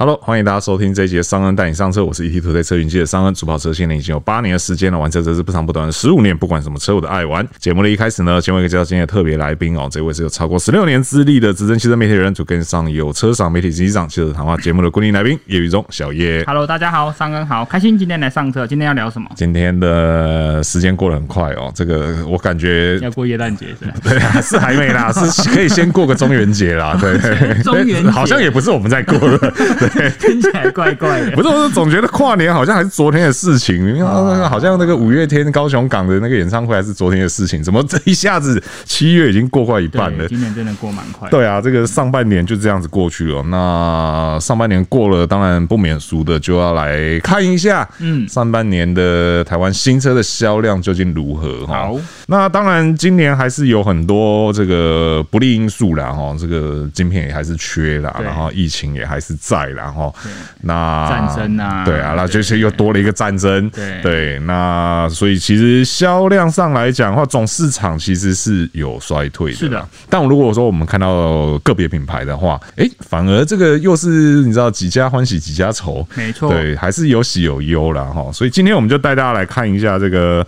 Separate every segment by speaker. Speaker 1: Hello，欢迎大家收听这一集的商恩带你上车，我是 ET 土 o 车云记的商恩主跑车，现在已经有八年的时间了，玩车则是不长不短的十五年，不管什么车我都爱玩。节目的一开始呢，先为一个介绍今天的特别来宾哦，这位是有超过十六年资历的资深汽车媒体人，主跟上有车赏媒体机长汽车谈话节目的固定来宾叶宇中小叶。
Speaker 2: Hello，大家好，三哥好，开心今天来上车，今天要聊什么？
Speaker 1: 今天的时间过得很快哦，这个我感觉
Speaker 2: 要过耶诞节 是吧？
Speaker 1: 对啊，是还没啦，是可以先过个中元节啦，对，
Speaker 2: 中元 节
Speaker 1: 好像也不是我们在过了，对。
Speaker 2: 听起来怪怪的
Speaker 1: 不。是，我是总觉得跨年好像还是昨天的事情，因为那个好像那个五月天高雄港的那个演唱会还是昨天的事情，怎么这一下子七月已经过快一半了
Speaker 2: 对，？今年真的过蛮快。，
Speaker 1: 对啊，这个上半年就这样子过去了。那上半年过了，当然不免俗的就要来看一下，嗯，上半年的台湾新车的销量究竟如何？哈
Speaker 2: 好，
Speaker 1: 那当然今年还是有很多这个不利因素啦，哈，这个晶片也还是缺啦，
Speaker 2: 对
Speaker 1: 然后疫情也还是在啦，哈，那
Speaker 2: 战争啊
Speaker 1: 对啊，那
Speaker 2: 对
Speaker 1: 就是又多了一个战争，
Speaker 2: 对
Speaker 1: 对，那所以其实销量上来讲的话，总市场其实是有衰退的，
Speaker 2: 是的。
Speaker 1: 但如果说我们看到个别品牌的话，诶，反而这个又是你知道几家欢喜几家愁，
Speaker 2: 没错
Speaker 1: 对，还是有喜有忧啦哈。所以今天我们就带大家来看一下这个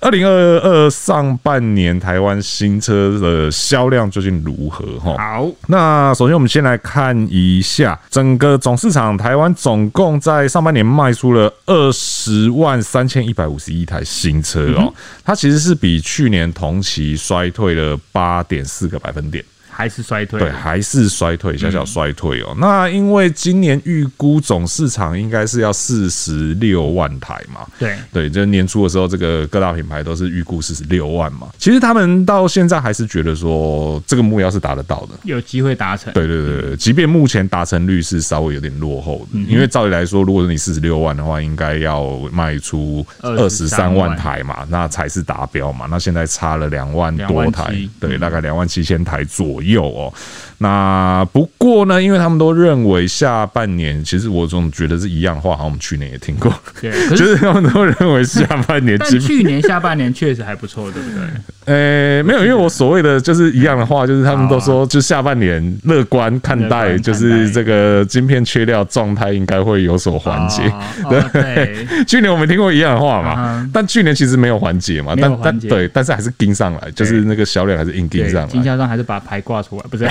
Speaker 1: 二零二二上半年台湾新车的销量究竟如何哈。
Speaker 2: 好，
Speaker 1: 那首先我们先来看一下整个总市场，台湾总共在上半年卖出了二十万三千一百五十一台新车哦，它其实是比去年同期衰退了八点四个百分点。
Speaker 2: 还是衰退。
Speaker 1: 对，还是衰退，小小衰退哦。那因为今年预估总市场应该是要四十六万台嘛，
Speaker 2: 对
Speaker 1: 对，就是年初的时候，这个各大品牌都是预估四十六万嘛。其实他们到现在还是觉得说这个目标是达得到的。
Speaker 2: 有机会达成。
Speaker 1: 对对对对，即便目前达成率是稍微有点落后的，因为照理来说，如果你四十六万的话，应该要卖出二十三
Speaker 2: 23
Speaker 1: 万
Speaker 2: 万
Speaker 1: 台嘛，那才是达标嘛。那现在差了两万多台
Speaker 2: 27，
Speaker 1: 对，大概两万七千台左右哦。那不过呢，因为他们都认为下半年，其实我总觉得是一样的话，好像我们去年也听过，
Speaker 2: 对，可
Speaker 1: 就是是他们都认为下半年
Speaker 2: 但
Speaker 1: 基本
Speaker 2: 去年下半年确实还不错，对不对？
Speaker 1: 呃，没有，因为我所谓的就是一样的话，就是他们都说，就下半年乐观看
Speaker 2: 啊乐观看
Speaker 1: 待，
Speaker 2: 待
Speaker 1: 就是这个晶片缺料状态应该会有所缓解。
Speaker 2: 哦哦对，
Speaker 1: 去年我们听过一样的话嘛
Speaker 2: 嗯，
Speaker 1: 但去年其实没有缓解嘛，
Speaker 2: 没有
Speaker 1: 但但
Speaker 2: 缓解
Speaker 1: 对，但是还是盯上来，就是那个销量还是硬 盯
Speaker 2: 对
Speaker 1: 上，
Speaker 2: 经
Speaker 1: 来。
Speaker 2: 销商还是把牌挂出来， 不是？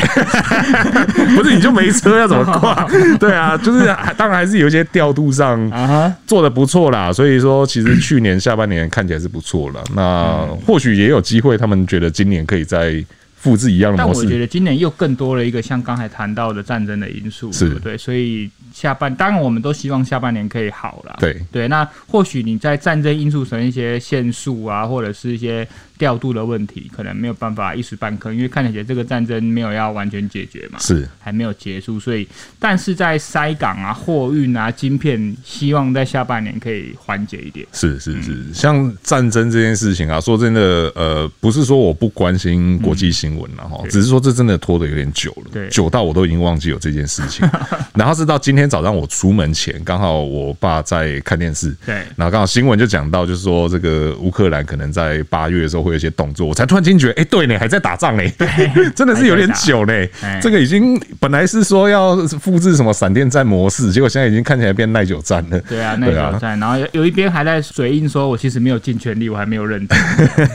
Speaker 1: 不是你就没车要怎么挂？ 对啊，就是还当然还是有一些调度上
Speaker 2: 啊哈，
Speaker 1: 做的不错啦，所以说其实去年下半年看起来是不错了，那
Speaker 2: 嗯
Speaker 1: 或许也有机会，他们觉得今年可以再复制一样的
Speaker 2: 但
Speaker 1: 模
Speaker 2: 我
Speaker 1: 式
Speaker 2: 觉。得今年又更多了一个像刚才谈到的战争的因素，
Speaker 1: 是
Speaker 2: 对不对，所以下半当然我们都希望下半年可以好啦。
Speaker 1: 对
Speaker 2: 对，那或许你在战争因素上一些限速啊，或者是一些调度的问题，可能没有办法一时半刻，因为看起来这个战争没有要完全解决嘛，
Speaker 1: 是
Speaker 2: 还没有结束，所以但是在塞港啊、货运啊、晶片，希望在下半年可以缓解一点。
Speaker 1: 是是是，
Speaker 2: 嗯
Speaker 1: 像战争这件事情啊，说真的，呃，不是说我不关心国际新闻啊了哈，只是说这真的拖得有点久了
Speaker 2: 嗯对，
Speaker 1: 久到我都已经忘记有这件事 情。然后是到今天早上我出门前，刚好我爸在看电视，
Speaker 2: 对
Speaker 1: 然后刚好新闻就讲到，就是说这个乌克兰可能在八月的时候会有一些动作，我才突然惊觉，哎，对呢，还在打仗呢， 真的是有点久呢
Speaker 2: 还在打。哎
Speaker 1: 这个已经本来是说要复制什么闪电战模式，结果现在已经看起来变耐久战了。
Speaker 2: 对啊，那挑战，然后有有一边还在嘴硬说，我其实没有尽全力，我还没有 认真。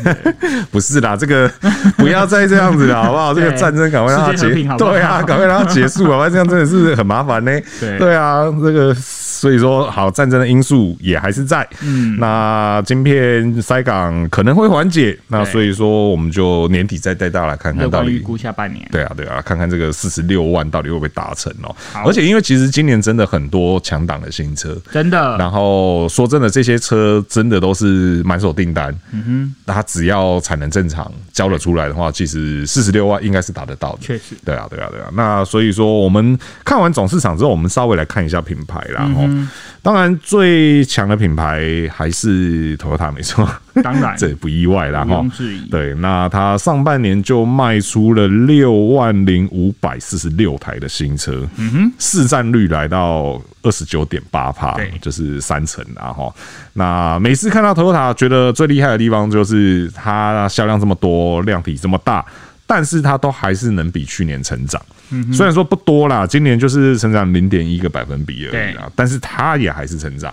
Speaker 1: 不是啦，这 个不要再这样子了，好不好？这
Speaker 2: 对
Speaker 1: 个战争赶快让它
Speaker 2: 世界和
Speaker 1: 结，
Speaker 2: 平好不好
Speaker 1: 对啊，赶快让它结 束啊，不然这样真的是很麻烦呢、
Speaker 2: 对
Speaker 1: 对啊，这个所以说，好，战争的因素也还是在。嗯，那晶片塞港可能会缓解，那
Speaker 2: 对
Speaker 1: 所以说我们就年底再带大家来看看
Speaker 2: 乐
Speaker 1: 到
Speaker 2: 观预
Speaker 1: 底。
Speaker 2: 估下半年。
Speaker 1: 对啊，对啊，看看这个四十六万到底会不会达成哦。
Speaker 2: 好
Speaker 1: 而且因为其实今年真的很多强档的新车，
Speaker 2: 真的，
Speaker 1: 然后说真的，这些车真的都是满手订单。嗯哼，它只要产能正常交了出来的话，其实四十六万应该是达得到的。
Speaker 2: 确实
Speaker 1: 对啊，对啊，对啊。那所以说，我们看完总市场之后，我们稍微来看一下品牌啦。哦、当然最强的品牌还是 Toyota，没错，
Speaker 2: 当 然
Speaker 1: 这也不意外啦。
Speaker 2: 毋
Speaker 1: 哈
Speaker 2: 庸，置疑。
Speaker 1: 对，那它上半年就卖出了六万零五百四十六台的新车，嗯哼，市占率来到二十九点八帕
Speaker 2: 对，
Speaker 1: 就是三成啊哈。那每次看到 Toyota，觉得最厉害的地方就是它销量这么多，量体这么大。但是它都还是能比去年成长。
Speaker 2: 嗯
Speaker 1: 虽然说不多啦，今年就是成长零点一个百分比而已啦，但是它也还是成长。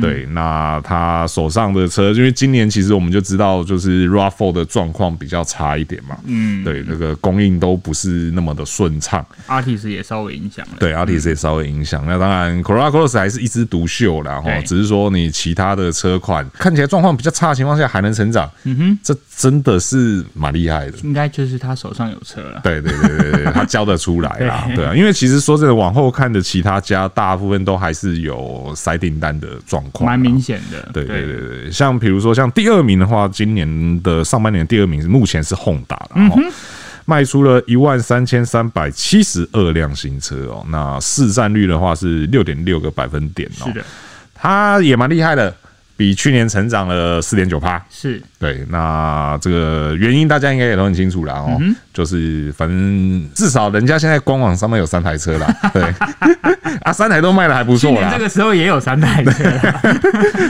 Speaker 1: 对，那他手上的车，因为今年其实我们就知道，就是 Rav4 的状况比较差一点嘛。嗯，对，那个供应都不是那么的顺畅。
Speaker 2: ，Artis 也稍微影响了。
Speaker 1: 对 a r t i s 也稍微影响。那当然 c o r a Cross 还是一枝独秀啦，哈
Speaker 2: 对，
Speaker 1: 只是说你其他的车款看起来状况比较差的情况下还能成长，嗯哼，这真的是蛮厉害的。
Speaker 2: 应该就是他手上有车了。
Speaker 1: 对对对对对，他教得出来 啦，对啊，因为其实说真的，往后看的其他家大部分都还是有塞订单的状况啦，
Speaker 2: 蛮明显的，
Speaker 1: 对对对对，像比如说像第二名的话，今年的上半年第二名目前是 Honda 了，
Speaker 2: 嗯
Speaker 1: 然后卖出了一万三千三百七十二辆新车哦，那市占率的话是六点六个百分点哦，
Speaker 2: 是的，
Speaker 1: 它也蛮厉害的，比去年成长了四点九帕。
Speaker 2: 是
Speaker 1: 对，那这个原因大家应该也都很清楚啦哦，就是反正至少人家现在官网上面有三台车啦，对，啊，三台都卖的还不
Speaker 2: 去
Speaker 1: 错啦
Speaker 2: 年，这个时候也有三 台车啦，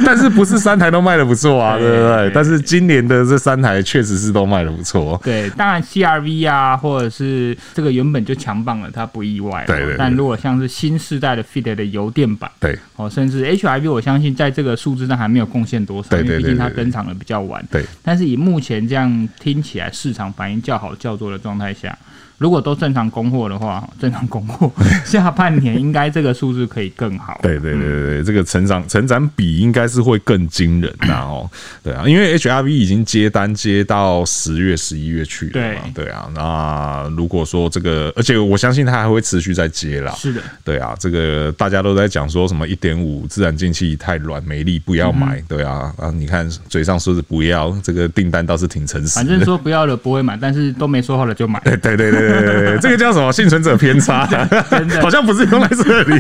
Speaker 1: 但是不是三台都卖的不错啊，对
Speaker 2: 对
Speaker 1: 不对
Speaker 2: 对？
Speaker 1: 但是今年的这三台确实是都卖的不错。
Speaker 2: 对，当然 CRV 啊，或者是这个原本就强棒了，它不意外哦。
Speaker 1: 对对对
Speaker 2: 但如果像是新世代的 Fit 的油电版，
Speaker 1: 对
Speaker 2: 哦，甚至 HIV，我相信在这个数字上还没有贡献多少，
Speaker 1: 对对对
Speaker 2: 因为毕竟它
Speaker 1: 对对
Speaker 2: 登场的比较晚。
Speaker 1: 对，
Speaker 2: 但是以目前这样听起来市场反应较好较多的状态下，如果都正常供货的话，正常供 货，下半年应该这个数字可以更好。
Speaker 1: 对对对对对，这个成长成长比应该是会更惊人呐、哦，对啊，因为 HRV 已经接单接到十月、十一月去了嘛，对啊，那如果说这个，而且我相信它还会持续在接啦，
Speaker 2: 是的，
Speaker 1: 对啊，这个大家都在讲说什么一点五自然进气太软没力，不要买，对啊，啊，你看嘴上说是不要，这个订单倒是挺诚实的，
Speaker 2: 反正说不要了不会买，但是都没说好了就买。
Speaker 1: 对对对对对对，这个叫什么幸存者偏差，
Speaker 2: 的
Speaker 1: 好像不是用在这里。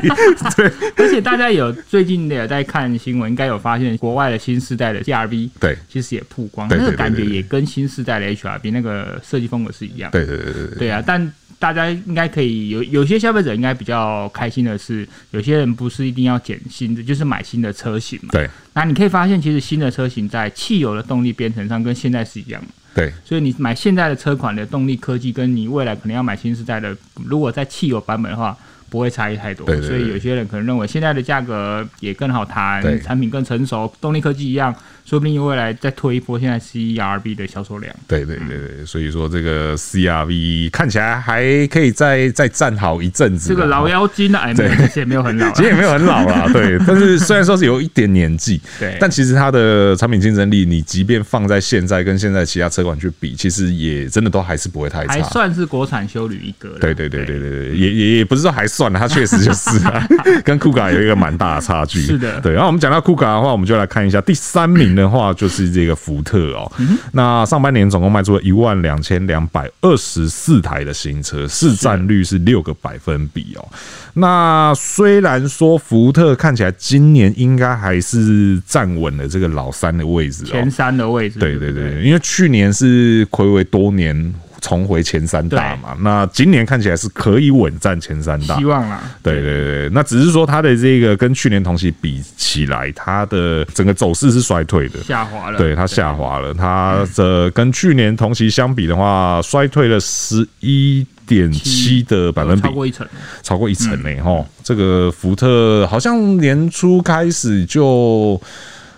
Speaker 1: 对
Speaker 2: 而且大家有最近也在看新闻，应该有发现国外的新世代的 CRV，
Speaker 1: 对
Speaker 2: 其实也曝光，
Speaker 1: 对对
Speaker 2: 那个感觉
Speaker 1: 对对对
Speaker 2: 也跟新世代的 HRV 那个设计风格是一样。
Speaker 1: 对对对对对，
Speaker 2: 对啊，但大家应该可以有有些消费者应该比较开心的是，有些人不是一定要捡新的，就是买新的车型嘛。
Speaker 1: 对
Speaker 2: 那你可以发现，其实新的车型在汽油的动力编程上跟现在是一样的，
Speaker 1: 对
Speaker 2: 所以你买现在的车款的动力科技，跟你未来可能要买新时代的，如果在汽油版本的话，不会差异太多。
Speaker 1: 对对对
Speaker 2: 所以有些人可能认为现在的价格也更好谈
Speaker 1: 对，
Speaker 2: 产品更成熟，动力科技一样，说不定未来再推一波现在 CRV 的销售量。
Speaker 1: 对对对对，所以说这个 CRV 看起来还可以再再站好一阵子。
Speaker 2: 这个老。妖精的，哎，没有， 其实也没有很老啊，
Speaker 1: 其实也没有很老 啦，对，但是虽然说是有一点年纪，
Speaker 2: 对
Speaker 1: 但其实它的产品竞争力，你即便放在现在跟现在其他车款去比，其实也真的都还是不会太
Speaker 2: 还
Speaker 1: 差。
Speaker 2: 算是国产修旅一哥了。
Speaker 1: 对对对对对对，也也也不是说还算了，它确实就是、啊、跟酷卡有一个蛮大的差距。
Speaker 2: 是的
Speaker 1: 对。然后我们讲到酷卡的话，我们就来看一下第三名的话，就是这个福特哦。那上半年总共卖出了一万两千两百二十四台的新车，市占率是六个百分比哦。那虽然说福特看起来今年应该还是站稳了这个老三的位置哦
Speaker 2: 前，三的位置。
Speaker 1: 对对对，因为去年是暌违多年重回前三大嘛，那今年看起来是可以稳占前三大
Speaker 2: 希。望啦。
Speaker 1: 对对对，那只是说它的这个跟去年同期比起来，它的整个走势是衰退的。
Speaker 2: 下滑了。
Speaker 1: 对它下滑了，它这跟去年同期相比的话，衰退了十一点七的百分比
Speaker 2: 哦超，过一嗯层，
Speaker 1: 超过一成呢、吼、这个福特好像年初开始就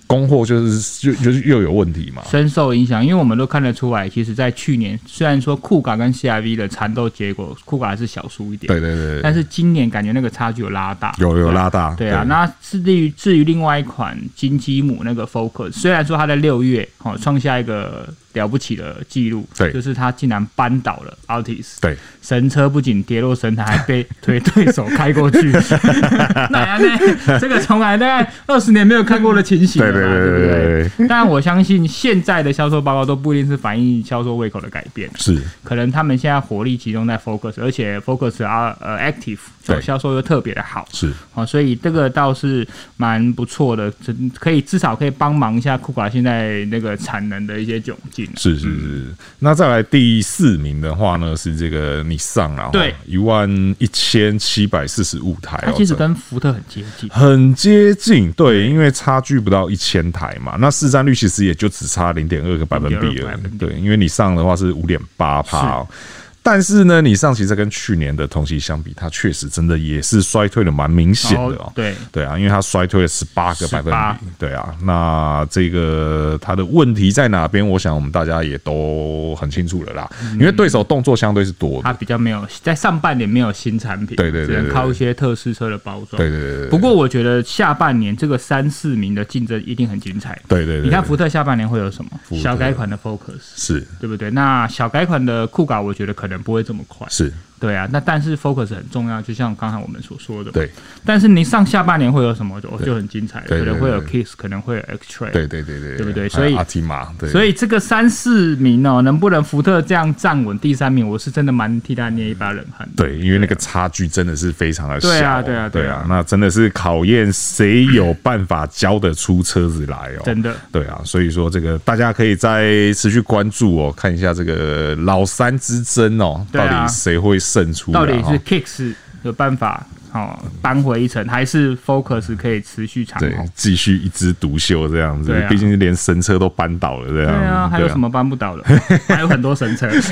Speaker 1: 供货就是就就是又有问题嘛，
Speaker 2: 深受影响。因为我们都看得出来，其实在去年虽然说酷卡跟 CRV 的缠斗结果，酷卡是小输一点，
Speaker 1: 对对对对，
Speaker 2: 但是今年感觉那个差距有拉大。
Speaker 1: 有有拉大，
Speaker 2: 对啊，那至于至于另外一款金鸡母那个 Focus，虽然说它在六月哦创下一个了不起的记录，
Speaker 1: 对
Speaker 2: 就是它竟然扳倒了 Altis，
Speaker 1: 对
Speaker 2: 神车不仅跌落神坛，还被推对手开过去， 那呀那这个从来大概二十年没有看过的情形了嘛，
Speaker 1: 对对对
Speaker 2: 对
Speaker 1: 对对
Speaker 2: 不对？但我相信现在的销售报告都不一定是反映销售胃口的改变，
Speaker 1: 是，
Speaker 2: 可能他们现在火力集中在 Focus，而且 Focus 啊呃 Active
Speaker 1: 对
Speaker 2: 销售又特别的好，
Speaker 1: 是
Speaker 2: 哦，所以这个倒是蛮不错的，只可以至少可以帮忙一下酷卡现在那个产能的一些窘进了。
Speaker 1: 是是
Speaker 2: 嗯
Speaker 1: 是。那再来第四名的话呢，是这个你上了，
Speaker 2: 对，
Speaker 1: 一万一千七百四十五台
Speaker 2: 它
Speaker 1: 哦，
Speaker 2: 其实
Speaker 1: 这
Speaker 2: 跟福特很接近，
Speaker 1: 很接近，对，因为差距不到一千台嘛，那市占率其实也就只差零点二个百分比
Speaker 2: 0.2
Speaker 1: 而
Speaker 2: 百分
Speaker 1: 已，
Speaker 2: 比
Speaker 1: 对，因为你上的话是五点八趴哦。但是呢，你上其实跟去年的同期相比，它确实真的也是衰退的蛮明显
Speaker 2: 然后
Speaker 1: 的哦。
Speaker 2: 对
Speaker 1: 对啊，因为它衰退了十八个百分
Speaker 2: 18
Speaker 1: 比，对啊，那这个它的问题在哪边？我想我们大家也都很清楚了啦，
Speaker 2: 嗯
Speaker 1: 因为对手动作相对是多的，
Speaker 2: 它比较没有在上半年没有新产品，
Speaker 1: 对对对对
Speaker 2: 只能靠一些特试车的包装。
Speaker 1: 对对对对
Speaker 2: 不过我觉得下半年这个三四名的竞争一定很精彩。
Speaker 1: 对对对，
Speaker 2: 你看福特下半年会有什么？
Speaker 1: 特
Speaker 2: 小改款的 Focus，
Speaker 1: 是
Speaker 2: 对不对？那小改款的酷狗，我觉得可能不会这么快。
Speaker 1: 是，
Speaker 2: 对啊，那但是 Focus 很重要，就像刚才我们所说的。。
Speaker 1: 对
Speaker 2: 但是你上下半年会有什么？就就很精彩了，
Speaker 1: 对
Speaker 2: 可能
Speaker 1: 对
Speaker 2: 会有
Speaker 1: 对
Speaker 2: Kiss，可能会有 X Trail。
Speaker 1: 对对对对
Speaker 2: 对不
Speaker 1: 还
Speaker 2: 对
Speaker 1: 有
Speaker 2: 所以
Speaker 1: 阿提玛，对，
Speaker 2: 所以这个三四名哦，能不能福特这样站稳第三名，我是真的蛮替他捏一把冷汗的。
Speaker 1: 对，因为那个差距真的是非常的小、
Speaker 2: 对啊对啊
Speaker 1: 对
Speaker 2: 对啊
Speaker 1: 啊，那真的是考验谁有办法交得出车子来哦，
Speaker 2: 真的
Speaker 1: 对啊，所以说这个大家可以再持续关注哦，看一下这个老三之争哦，
Speaker 2: 对
Speaker 1: 到
Speaker 2: 啊
Speaker 1: 底谁会胜出啦
Speaker 2: 到底
Speaker 1: 哦
Speaker 2: 是 Kicks 有办法哦扳回一城，还是 Focus 可以持续长啊
Speaker 1: 对嗯
Speaker 2: 红？
Speaker 1: 继续一枝独秀这样子
Speaker 2: 对，啊
Speaker 1: 毕、竟连神车都扳倒了这样，
Speaker 2: 对啊，还有什？么扳不倒的？还有很多神车，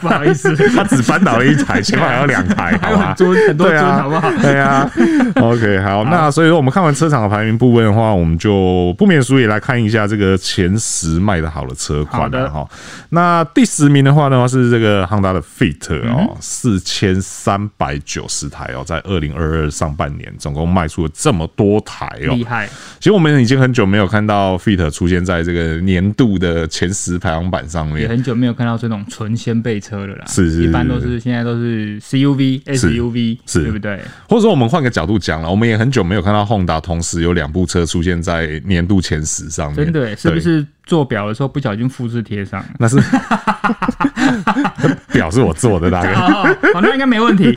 Speaker 2: 不好意思，
Speaker 1: 他只扳倒了一
Speaker 2: 啊
Speaker 1: 台，前面还有两台，
Speaker 2: 还
Speaker 1: 好
Speaker 2: 有
Speaker 1: 吗
Speaker 2: 很？多很多
Speaker 1: 对
Speaker 2: 尊，
Speaker 1: 啊，
Speaker 2: 好不好？
Speaker 1: 对啊，OK，好，那所以说我们看完车厂的排名部分的话，我们就不免俗也来看一下这个前十卖的好的车
Speaker 2: 好
Speaker 1: 款
Speaker 2: 的
Speaker 1: 了哈。那第十名的话呢是这个 Honda 的 Fit 哦，四千三百九十台哦，在二零二二上半年总共卖出了这么多台哦，
Speaker 2: 厉害，
Speaker 1: 其实我们已经很久没有看到 Fit 出现在这个年度的前十排行榜上
Speaker 2: 也
Speaker 1: 面。
Speaker 2: 很久没有看到这种纯掀背车了啦。
Speaker 1: 是是
Speaker 2: 一般都是现在都是 CUV、SUV，
Speaker 1: 是
Speaker 2: 对不对？
Speaker 1: 或者说我们换个角度讲了，我们也很久没有看到 Honda 同时有两部车出现在年度前十上面，
Speaker 2: 真的耶，是不
Speaker 1: 对？
Speaker 2: 是做表的时候不小心复制贴上了？
Speaker 1: 那 是表是我做的，大哥。
Speaker 2: 哦，哦那应该没 问题。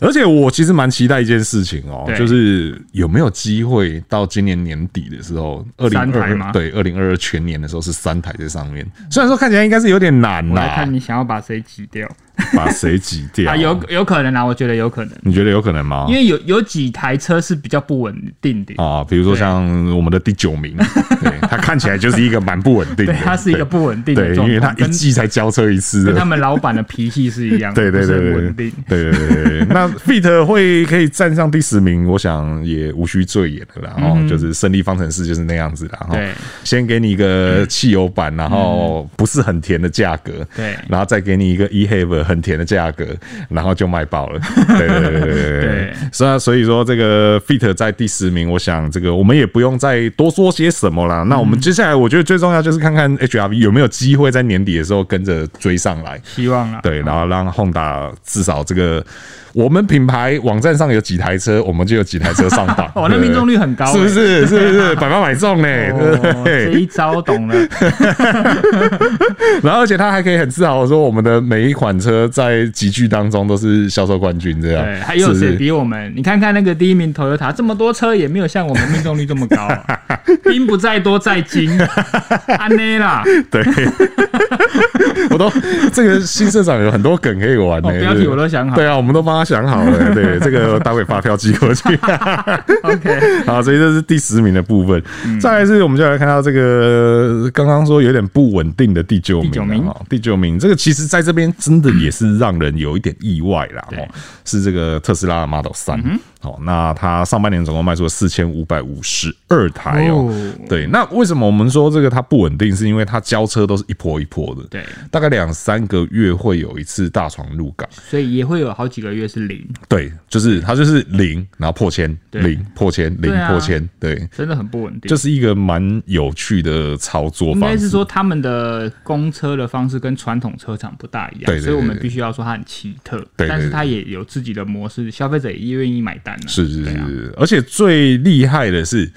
Speaker 1: 而且我其实蛮期待一件事情哦，
Speaker 2: 对
Speaker 1: 就是有没有机会到今年年底的时候，二零
Speaker 2: 三台
Speaker 1: 二
Speaker 2: 吗
Speaker 1: 对二零二二全年的时候是三台在上面。虽然说看起来应该是有点难
Speaker 2: 我来
Speaker 1: 啦
Speaker 2: 看，你想要把谁挤掉
Speaker 1: 把谁挤掉？
Speaker 2: 啊？有有可能啊，我觉得有可能，
Speaker 1: 你觉得有可能吗？
Speaker 2: 因为有有几台车是比较不稳定的，
Speaker 1: 啊，比如说像我们的第九 名，对，它看起来就是一个蛮不稳定的，
Speaker 2: 对，它是一个不稳定的
Speaker 1: 对，
Speaker 2: 状
Speaker 1: 因为它
Speaker 2: 况，
Speaker 1: 一
Speaker 2: 跟
Speaker 1: 季才交车一次
Speaker 2: 跟他
Speaker 1: 的。
Speaker 2: 们老板的脾气是一样的，
Speaker 1: 对对对
Speaker 2: 不是
Speaker 1: 对对
Speaker 2: 很稳定。
Speaker 1: 对对对对， 那 Fit 会可以站上第十名，我想也无需赘言了啦。然后就是胜利方程式就是那样子啦。然后
Speaker 2: 嗯对嗯
Speaker 1: 先给你一个汽油版，然后不是很甜的价格，
Speaker 2: 对
Speaker 1: 然后再给你一个 eHave 很甜的价格，然后就卖爆 了。对对对对对对
Speaker 2: 对。
Speaker 1: 是啊，所以说这个 Fit 在第十名，我想这个我们也不用再多说些什么啦。那我
Speaker 2: 嗯
Speaker 1: 们接下来我觉得最重要就是看看 HRV 有没有机会在年底的时候跟着追上来。
Speaker 2: 希望啊啦。
Speaker 1: 对，然后让 Honda 至少这个我们品牌网站上有几台车，我们就有几台车上 榜。
Speaker 2: 哦
Speaker 1: 对
Speaker 2: 那命中率很高欸
Speaker 1: 是不是？是不 是？百发百中呢、对
Speaker 2: 哦，
Speaker 1: 不
Speaker 2: 这
Speaker 1: 对
Speaker 2: 一招懂 了，
Speaker 1: 然后而且他还可以很自豪的说，我们的每一款车在集聚当中都是销售冠军，这样。
Speaker 2: 对，还有
Speaker 1: 是不
Speaker 2: 谁
Speaker 1: 是
Speaker 2: 比我们？你看看那个第一名 Toyota，这么多车也没有像我们命中率这么高、啊， 兵不在多在精，安内啦，
Speaker 1: 对，我都这个新社长有很多梗可以玩呢、欸
Speaker 2: 哦标题
Speaker 1: 对
Speaker 2: 我都想好
Speaker 1: 对啊，我们都帮他想好了。 对，这个待会发票寄过去。
Speaker 2: OK， 嗯
Speaker 1: 好，所以这是第十名的部分。再来是，我们就来看到这个刚刚说有点不稳定的第九名
Speaker 2: 第九
Speaker 1: 了
Speaker 2: 名
Speaker 1: 哈，第九名这个其实在这边真的也是让人有一点意外啦。
Speaker 2: 对嗯
Speaker 1: 哦，是这个特斯拉的 Model 三。好，那它上半年总共卖出了四千五百五十二台哦
Speaker 2: 哦。
Speaker 1: 对，那为什么我们说这个它不稳定？是因为它交车都是一波一波的。
Speaker 2: 对，
Speaker 1: 大概两三个月会有一次大床入港，
Speaker 2: 所以也会有好几个月是零，
Speaker 1: 对，就是它就是零，然后破千，
Speaker 2: 对
Speaker 1: 零破千，零
Speaker 2: 对啊
Speaker 1: 破千，对，
Speaker 2: 真的很不稳定。
Speaker 1: 就是一个蛮有趣的操作
Speaker 2: 应
Speaker 1: 方
Speaker 2: 该是
Speaker 1: 式。
Speaker 2: 说他们的公车的方式跟传统车厂不大一样，
Speaker 1: 对对对
Speaker 2: 所以我们必须要说它很奇特，
Speaker 1: 对对
Speaker 2: 但是它也有自己的模式，消费者也愿意买单、啊。
Speaker 1: 是是
Speaker 2: 对啊
Speaker 1: 是，而且最厉害的是，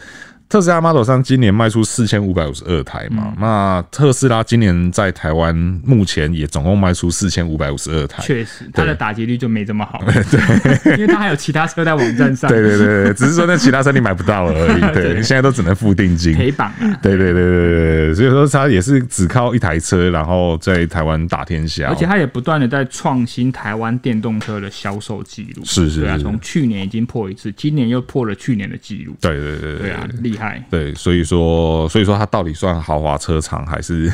Speaker 1: 特斯拉 Model 3今年卖出四千五百五十二台嘛，
Speaker 2: 嗯
Speaker 1: 那特斯拉今年在台湾目前也总共卖出四千五百五十二台。
Speaker 2: 确实，它的打击率就没这 么好。对， 因为它还有其他车在网站上
Speaker 1: 对对对对，只是说那其他车你买不到了 而已。对，现在都只能付定金。
Speaker 2: 陪绑啊。
Speaker 1: 对对对对对对，所以说它也是只靠一台车，然后在台湾打天下哦。
Speaker 2: 而且它也不断的在创新台湾电动车的销售记录，
Speaker 1: 是是
Speaker 2: 对啊，
Speaker 1: 是
Speaker 2: 从去年已经破一次，今年又破了去年的记录，
Speaker 1: 对对对！
Speaker 2: 对啊，厉害
Speaker 1: 对，所以说所以说它到底算豪华车厂还是？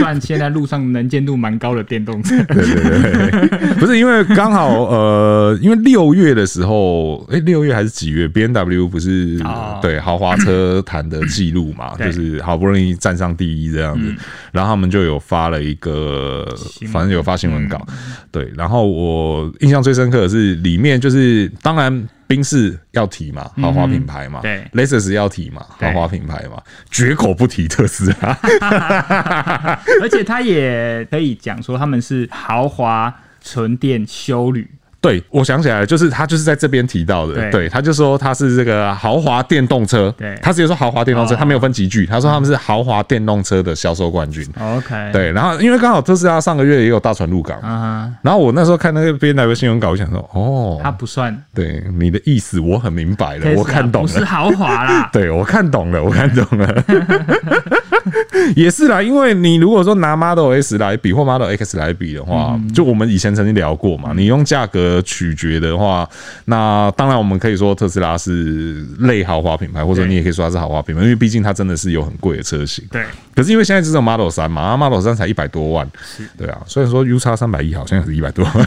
Speaker 2: 算现在路上能见度蛮高的电动车，
Speaker 1: 对对对对， 不是因为刚好呃，因为六月的时候，哎、六月还是几月？B N W 不是、
Speaker 2: 哦
Speaker 1: 对豪华车坛的记录嘛，就
Speaker 2: 对
Speaker 1: 是好不容易站上第一这样子，然后他们就有发了一个，
Speaker 2: 闻嗯
Speaker 1: 反正有发新闻稿，对，然后我印象最深刻的是里面就是当然。宾士要提嘛，豪华品牌嘛，
Speaker 2: 嗯对
Speaker 1: ，Lexus 要提嘛，豪
Speaker 2: 对
Speaker 1: 华品牌嘛，绝口不提特斯拉，
Speaker 2: 而且它也可以讲说他们是豪华纯电修旅，
Speaker 1: 对，我想起来了，就是他就是在这边提到的，对
Speaker 2: 对
Speaker 1: 他就说他是这个豪华电动车，
Speaker 2: 对
Speaker 1: 他直接说豪华电动车，
Speaker 2: 哦
Speaker 1: 他没有分级距，他说他们是豪华电动车的销售冠军。
Speaker 2: 嗯 OK，，
Speaker 1: 对，然后因为刚好特斯拉上个月也有大船入港，
Speaker 2: 啊，
Speaker 1: 然后我那时候看那个边来的新闻稿，我想说，哦，
Speaker 2: 它不算，
Speaker 1: 对你的意思我很明白了，我
Speaker 2: Tesla
Speaker 1: 看懂
Speaker 2: 不
Speaker 1: 了，
Speaker 2: 是。豪华啦
Speaker 1: 对，我看懂了，我看懂了， 也是啦，因为你如果说拿 Model S 来比或 Model X 来比的话，
Speaker 2: 嗯
Speaker 1: 就我们以前曾经聊过嘛，你用价格取决的话，那当然我们可以说特斯拉是类豪华品牌，或者
Speaker 2: 对嗯
Speaker 1: 你也可以说它是豪华品牌，因为毕竟它真的是有很贵的车型。
Speaker 2: 对，
Speaker 1: 可是因为现在只有 Model 三嘛、啊、，Model 三才一百多万，对啊，虽然说 U 叉三百一好像也是一百多 万，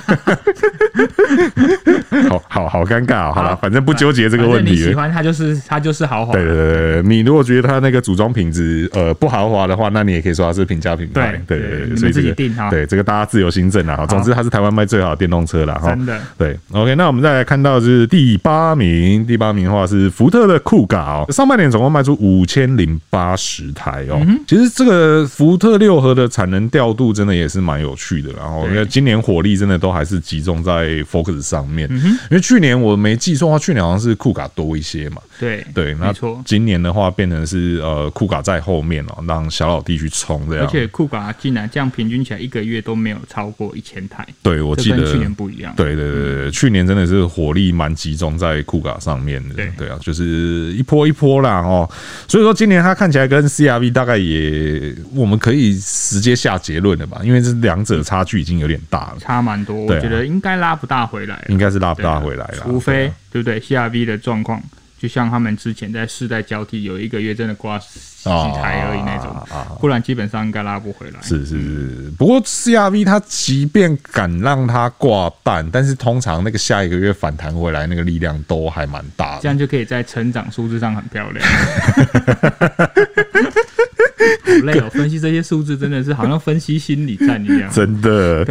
Speaker 1: 好好好尴尬、哦，好了，
Speaker 2: 好
Speaker 1: 反正不纠结 这个问
Speaker 2: 反正
Speaker 1: 题
Speaker 2: 你
Speaker 1: 了
Speaker 2: 喜。欢它就是它就是豪华，
Speaker 1: 对对对对对，你如果觉得它那个组装品质呃不豪华的话，那你也可以说它是平价品牌。对
Speaker 2: 对对
Speaker 1: 对
Speaker 2: 你
Speaker 1: 对，
Speaker 2: 们
Speaker 1: 所以这个
Speaker 2: 自己定哈
Speaker 1: 对这个大家自由行政啦。哈总之，它是台湾卖最好的电动车啦。哈。
Speaker 2: 真的
Speaker 1: 对，OK，那我们再来看到就是第八名，第八名的话是福特的酷咖哦，上半年总共卖出五千零八十台哦。其实这个福特六合的产能调度真的也是蛮有趣的，然后因为今年火力真的都还是集中在 Focus 上面，因为去年我没记错的话，去年好像是酷咖多一些嘛。
Speaker 2: 对
Speaker 1: 对，那
Speaker 2: 没错。
Speaker 1: 今年的话变成是呃库卡在后面哦，让小老弟去冲这
Speaker 2: 而
Speaker 1: 样。
Speaker 2: 且酷卡竟啊然这样平均起来一个月都没有超过一千台，
Speaker 1: 对我记
Speaker 2: 这
Speaker 1: 得
Speaker 2: 跟去年嗯不一样。
Speaker 1: 对对对对，去年真的是火力蛮集中在酷卡上面的，
Speaker 2: 对
Speaker 1: 啊，就是一波一波啦哦，所以说今年它看起来跟 CRV 大概也，我们可以直接下结论了吧，因为这两者差距已经有点大了，
Speaker 2: 差蛮多，
Speaker 1: 对
Speaker 2: 我
Speaker 1: 啊
Speaker 2: 觉得应该拉不大回来了，
Speaker 1: 应该是拉不大
Speaker 2: 对啊
Speaker 1: 回来了，
Speaker 2: 除非对不对？CRV 的状况，就像他们之前在世代交替，有一个月真的挂几台而已那
Speaker 1: 啊啊
Speaker 2: 种，不然基本上应该拉不回来。
Speaker 1: 是是是，不过 CRV 它即便敢让它挂蛋，但是通常那个下一个月反弹回来那个力量都还蛮大
Speaker 2: 这
Speaker 1: 的。
Speaker 2: 样就可以在成长数字上很漂 亮。好累哦，分析这些数字真的是好像分析心理战一样。
Speaker 1: 真的，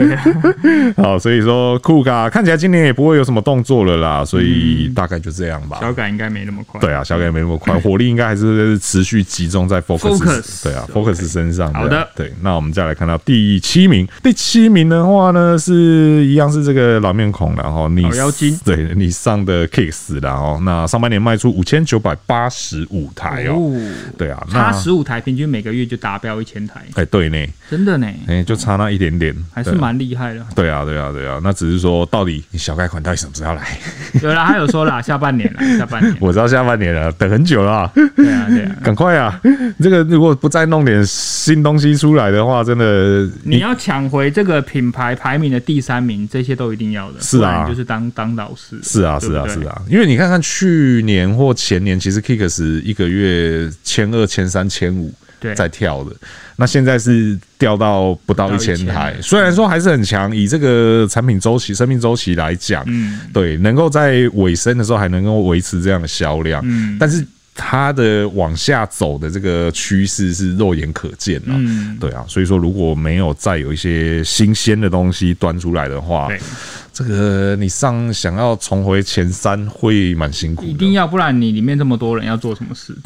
Speaker 2: 啊
Speaker 1: 好，所以说酷咖看起来今年也不会有什么动作了啦，所以
Speaker 2: 嗯
Speaker 1: 大概就这样吧。
Speaker 2: 小改应该没那么快。
Speaker 1: 对啊，小改没那么 快，火力应该还是持续集中在 Focus，,
Speaker 2: Focus，
Speaker 1: 对啊
Speaker 2: OK
Speaker 1: ，Focus 身上。
Speaker 2: 好
Speaker 1: 对啊
Speaker 2: 的
Speaker 1: 对，那我们再来看到第七名，第七名的话呢是一样是这个老面孔啦，然后你
Speaker 2: 老妖精
Speaker 1: 对你上的 Kicks 然后那上半年卖出五千九百八十五台哦，
Speaker 2: 哦，
Speaker 1: 对啊，那
Speaker 2: 差十五台，平均每个月就达标一千台，
Speaker 1: 哎、对呢，
Speaker 2: 真的呢，
Speaker 1: 哎、就差那一点点，
Speaker 2: 还是
Speaker 1: 对啊。
Speaker 2: 蛮厉害的。
Speaker 1: 对啊，对啊，对啊，那只是说，到底你小改款到底什么时候要来？
Speaker 2: 有啦，还有说啦，下半年啦，下半年，
Speaker 1: 我知道下半年了，等很久了啊、
Speaker 2: 对啊，对啊，
Speaker 1: 赶快啊！这个如果不再弄点新东西出来的话，真的
Speaker 2: 你要抢回这个品牌排名的第三名，这些都一定要的，
Speaker 1: 是啊
Speaker 2: 不然就是当当导师，
Speaker 1: 是啊，
Speaker 2: 对
Speaker 1: 是
Speaker 2: 不
Speaker 1: 啊，
Speaker 2: 对
Speaker 1: 是，啊，因为你看看去年或前年，其实 Kicks 一个月千二、千三、千五
Speaker 2: 对
Speaker 1: 在跳的，那现在是掉到不到一
Speaker 2: 不到
Speaker 1: 千
Speaker 2: 1000
Speaker 1: 台，虽然说还是很强，以这个产品周期、生命周期来讲，
Speaker 2: 嗯
Speaker 1: 对，能够在尾声的时候还能够维持这样的销量，
Speaker 2: 嗯
Speaker 1: 但是它的往下走的这个趋势是肉眼可见啊。
Speaker 2: 嗯，
Speaker 1: 对啊，所以说如果没有再有一些新鲜的东西端出来的话，
Speaker 2: 对，
Speaker 1: 这个你上想要重回前三会蛮辛苦
Speaker 2: 一
Speaker 1: 的
Speaker 2: 定。要，不然你里面这么多人要做什 么事？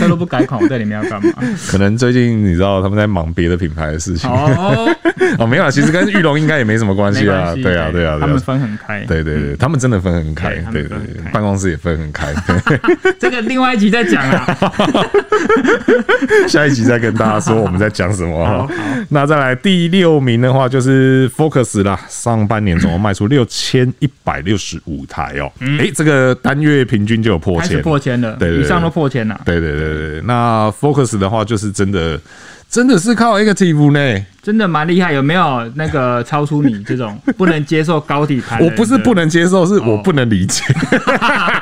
Speaker 2: 他都不改款，我在里面要干嘛？
Speaker 1: 可能最近你知道他们在忙别的品牌的事情
Speaker 2: 哦，
Speaker 1: 哦，没有啦，其实跟玉龙应该也没什么关
Speaker 2: 没
Speaker 1: 系
Speaker 2: 关
Speaker 1: 啊，
Speaker 2: 系，
Speaker 1: 对啊，对啊，
Speaker 2: 他
Speaker 1: 对
Speaker 2: 们
Speaker 1: 啊。
Speaker 2: 分很开。
Speaker 1: 对对对，他们真的分很开
Speaker 2: 对，他们
Speaker 1: 对对
Speaker 2: 分很
Speaker 1: 对
Speaker 2: 开，
Speaker 1: 办公室也分很开。对，
Speaker 2: 这个另外一集再讲啊。
Speaker 1: 下一集再跟大家说我们在讲什么哈。那再来第六名的话就是 Focus 啦，上半年总共卖出六千一百六十五台哦，诶，这个单月平均就有 破
Speaker 2: 嗯开始
Speaker 1: 千，
Speaker 2: 破千了，
Speaker 1: 对对对
Speaker 2: 以上都破千了，
Speaker 1: 对对对对，对那 Focus 的话就是真的真的是靠 Active 呢，
Speaker 2: 真的蛮厉害。有没有那个超出你这种不能接受高底盘？
Speaker 1: 我不是不，能接受，是我不能理解。
Speaker 2: 哦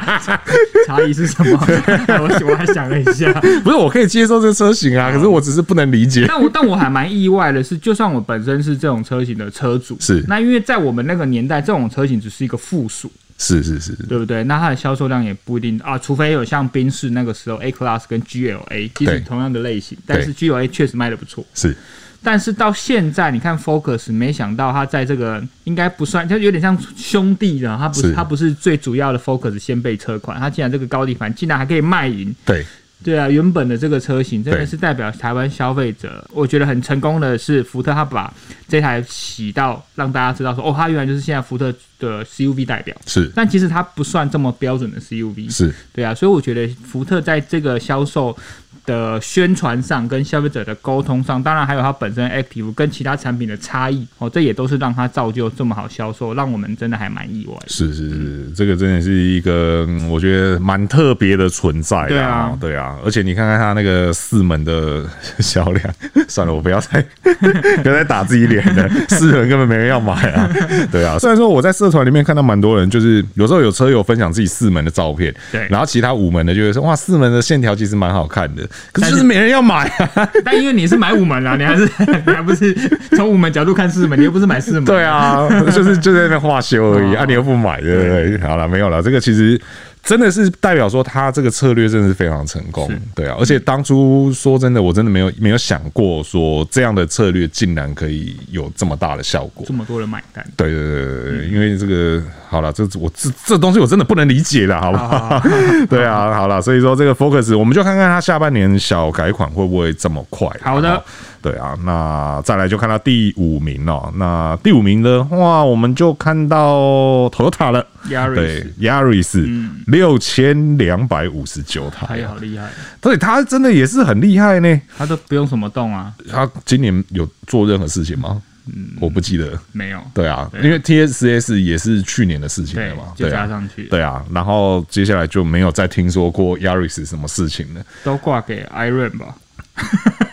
Speaker 2: 差异是什么？ 我我还想了一下，
Speaker 1: 不是我可以接受这个车型啊，可是我只是不能理解。
Speaker 2: 但我但我还蛮意外的是，就算我本身是这种车型的车主，
Speaker 1: 是
Speaker 2: 那因为在我们那个年代，这种车型只是一个附属，
Speaker 1: 是是是，
Speaker 2: 对不对？那它的销售量也不一定啊，除非有像宾士那个时候 A Class 跟 GLA，即
Speaker 1: 对
Speaker 2: 使同样的类型，但是 GLA 确实卖的不错。
Speaker 1: 是
Speaker 2: 但是到现在，你看 Focus，没想到它在这个应该不算，就有点像兄弟的，它不
Speaker 1: 是
Speaker 2: 是它不是最主要的 Focus 先辈车款，它竟然这个高地盘竟然还可以卖赢，
Speaker 1: 对
Speaker 2: 对啊，原本的这个车型真的
Speaker 1: 对
Speaker 2: 是代表台湾消费者，我觉得很成功的是福特，它把这台洗到让大家知道说，哦，它原来就是现在福特的 CUV 代表。
Speaker 1: 是
Speaker 2: 但其实它不算这么标准的 CUV，
Speaker 1: 是
Speaker 2: 对啊，所以我觉得福特在这个销售的宣传上，跟消费者的沟通上，当然还有它本身 Active 跟其他产品的差异哦，这也都是让它造就这么好销售，让我们真的还蛮意外的。
Speaker 1: 是是是，这个真的是一个嗯我觉得蛮特别的存在啦
Speaker 2: 对啊
Speaker 1: 对啊，而且你看看它那个四门的 销量，算了，我不要再 不要再打自己脸了，四门根本没人要买啊，对啊。虽然说我在社团里面看到蛮多人，就是有时候有车友分享自己四门的照片，
Speaker 2: 对
Speaker 1: 然后其他五门的就会说哇，四门的线条其实蛮好看的，可是就是没人要买啊，
Speaker 2: 但因为你是买五门啦，啊你还是 你还不是从五门角度看四门，你又不是买四门。
Speaker 1: 对 啊，就是就在那边画修而已，啊，你又不买，对不对？好了，没有了，这个其实。真的是代表说他这个策略真的是非常成功，对啊，而且当初说真的，我真的没有没有想过说这样的策略竟然可以有这么大的效果
Speaker 2: 这，么多人买单。
Speaker 1: 对对对对对，因为这个好了，这我这这东西我真的不能理解了，好不好？对啊，好了，所以说这个 Focus 我们就看看它下半年小改款会不会这么快。
Speaker 2: 好的
Speaker 1: 然后，对啊，那再来就看到第五名哦、那第五名的话，我们就看到 Toyota 了，对
Speaker 2: Yaris，
Speaker 1: ，Yaris 六千两百五十九
Speaker 2: 他
Speaker 1: 台
Speaker 2: 也
Speaker 1: 啊，
Speaker 2: 好厉害，
Speaker 1: 所以它真的也是很厉害呢。
Speaker 2: 他都不用什么动啊，
Speaker 1: 它今年有做任何事情吗？我不记得了。
Speaker 2: 没有，
Speaker 1: 对啊，
Speaker 2: 对
Speaker 1: 因为 TSS 也是去年的事情了
Speaker 2: 对
Speaker 1: 嘛，，
Speaker 2: 就
Speaker 1: 对
Speaker 2: 加
Speaker 1: 啊，
Speaker 2: 上去，
Speaker 1: 对啊，然后接下来就没有再听说过 Yaris 什么事情了。
Speaker 2: 都挂给 Iron 吧。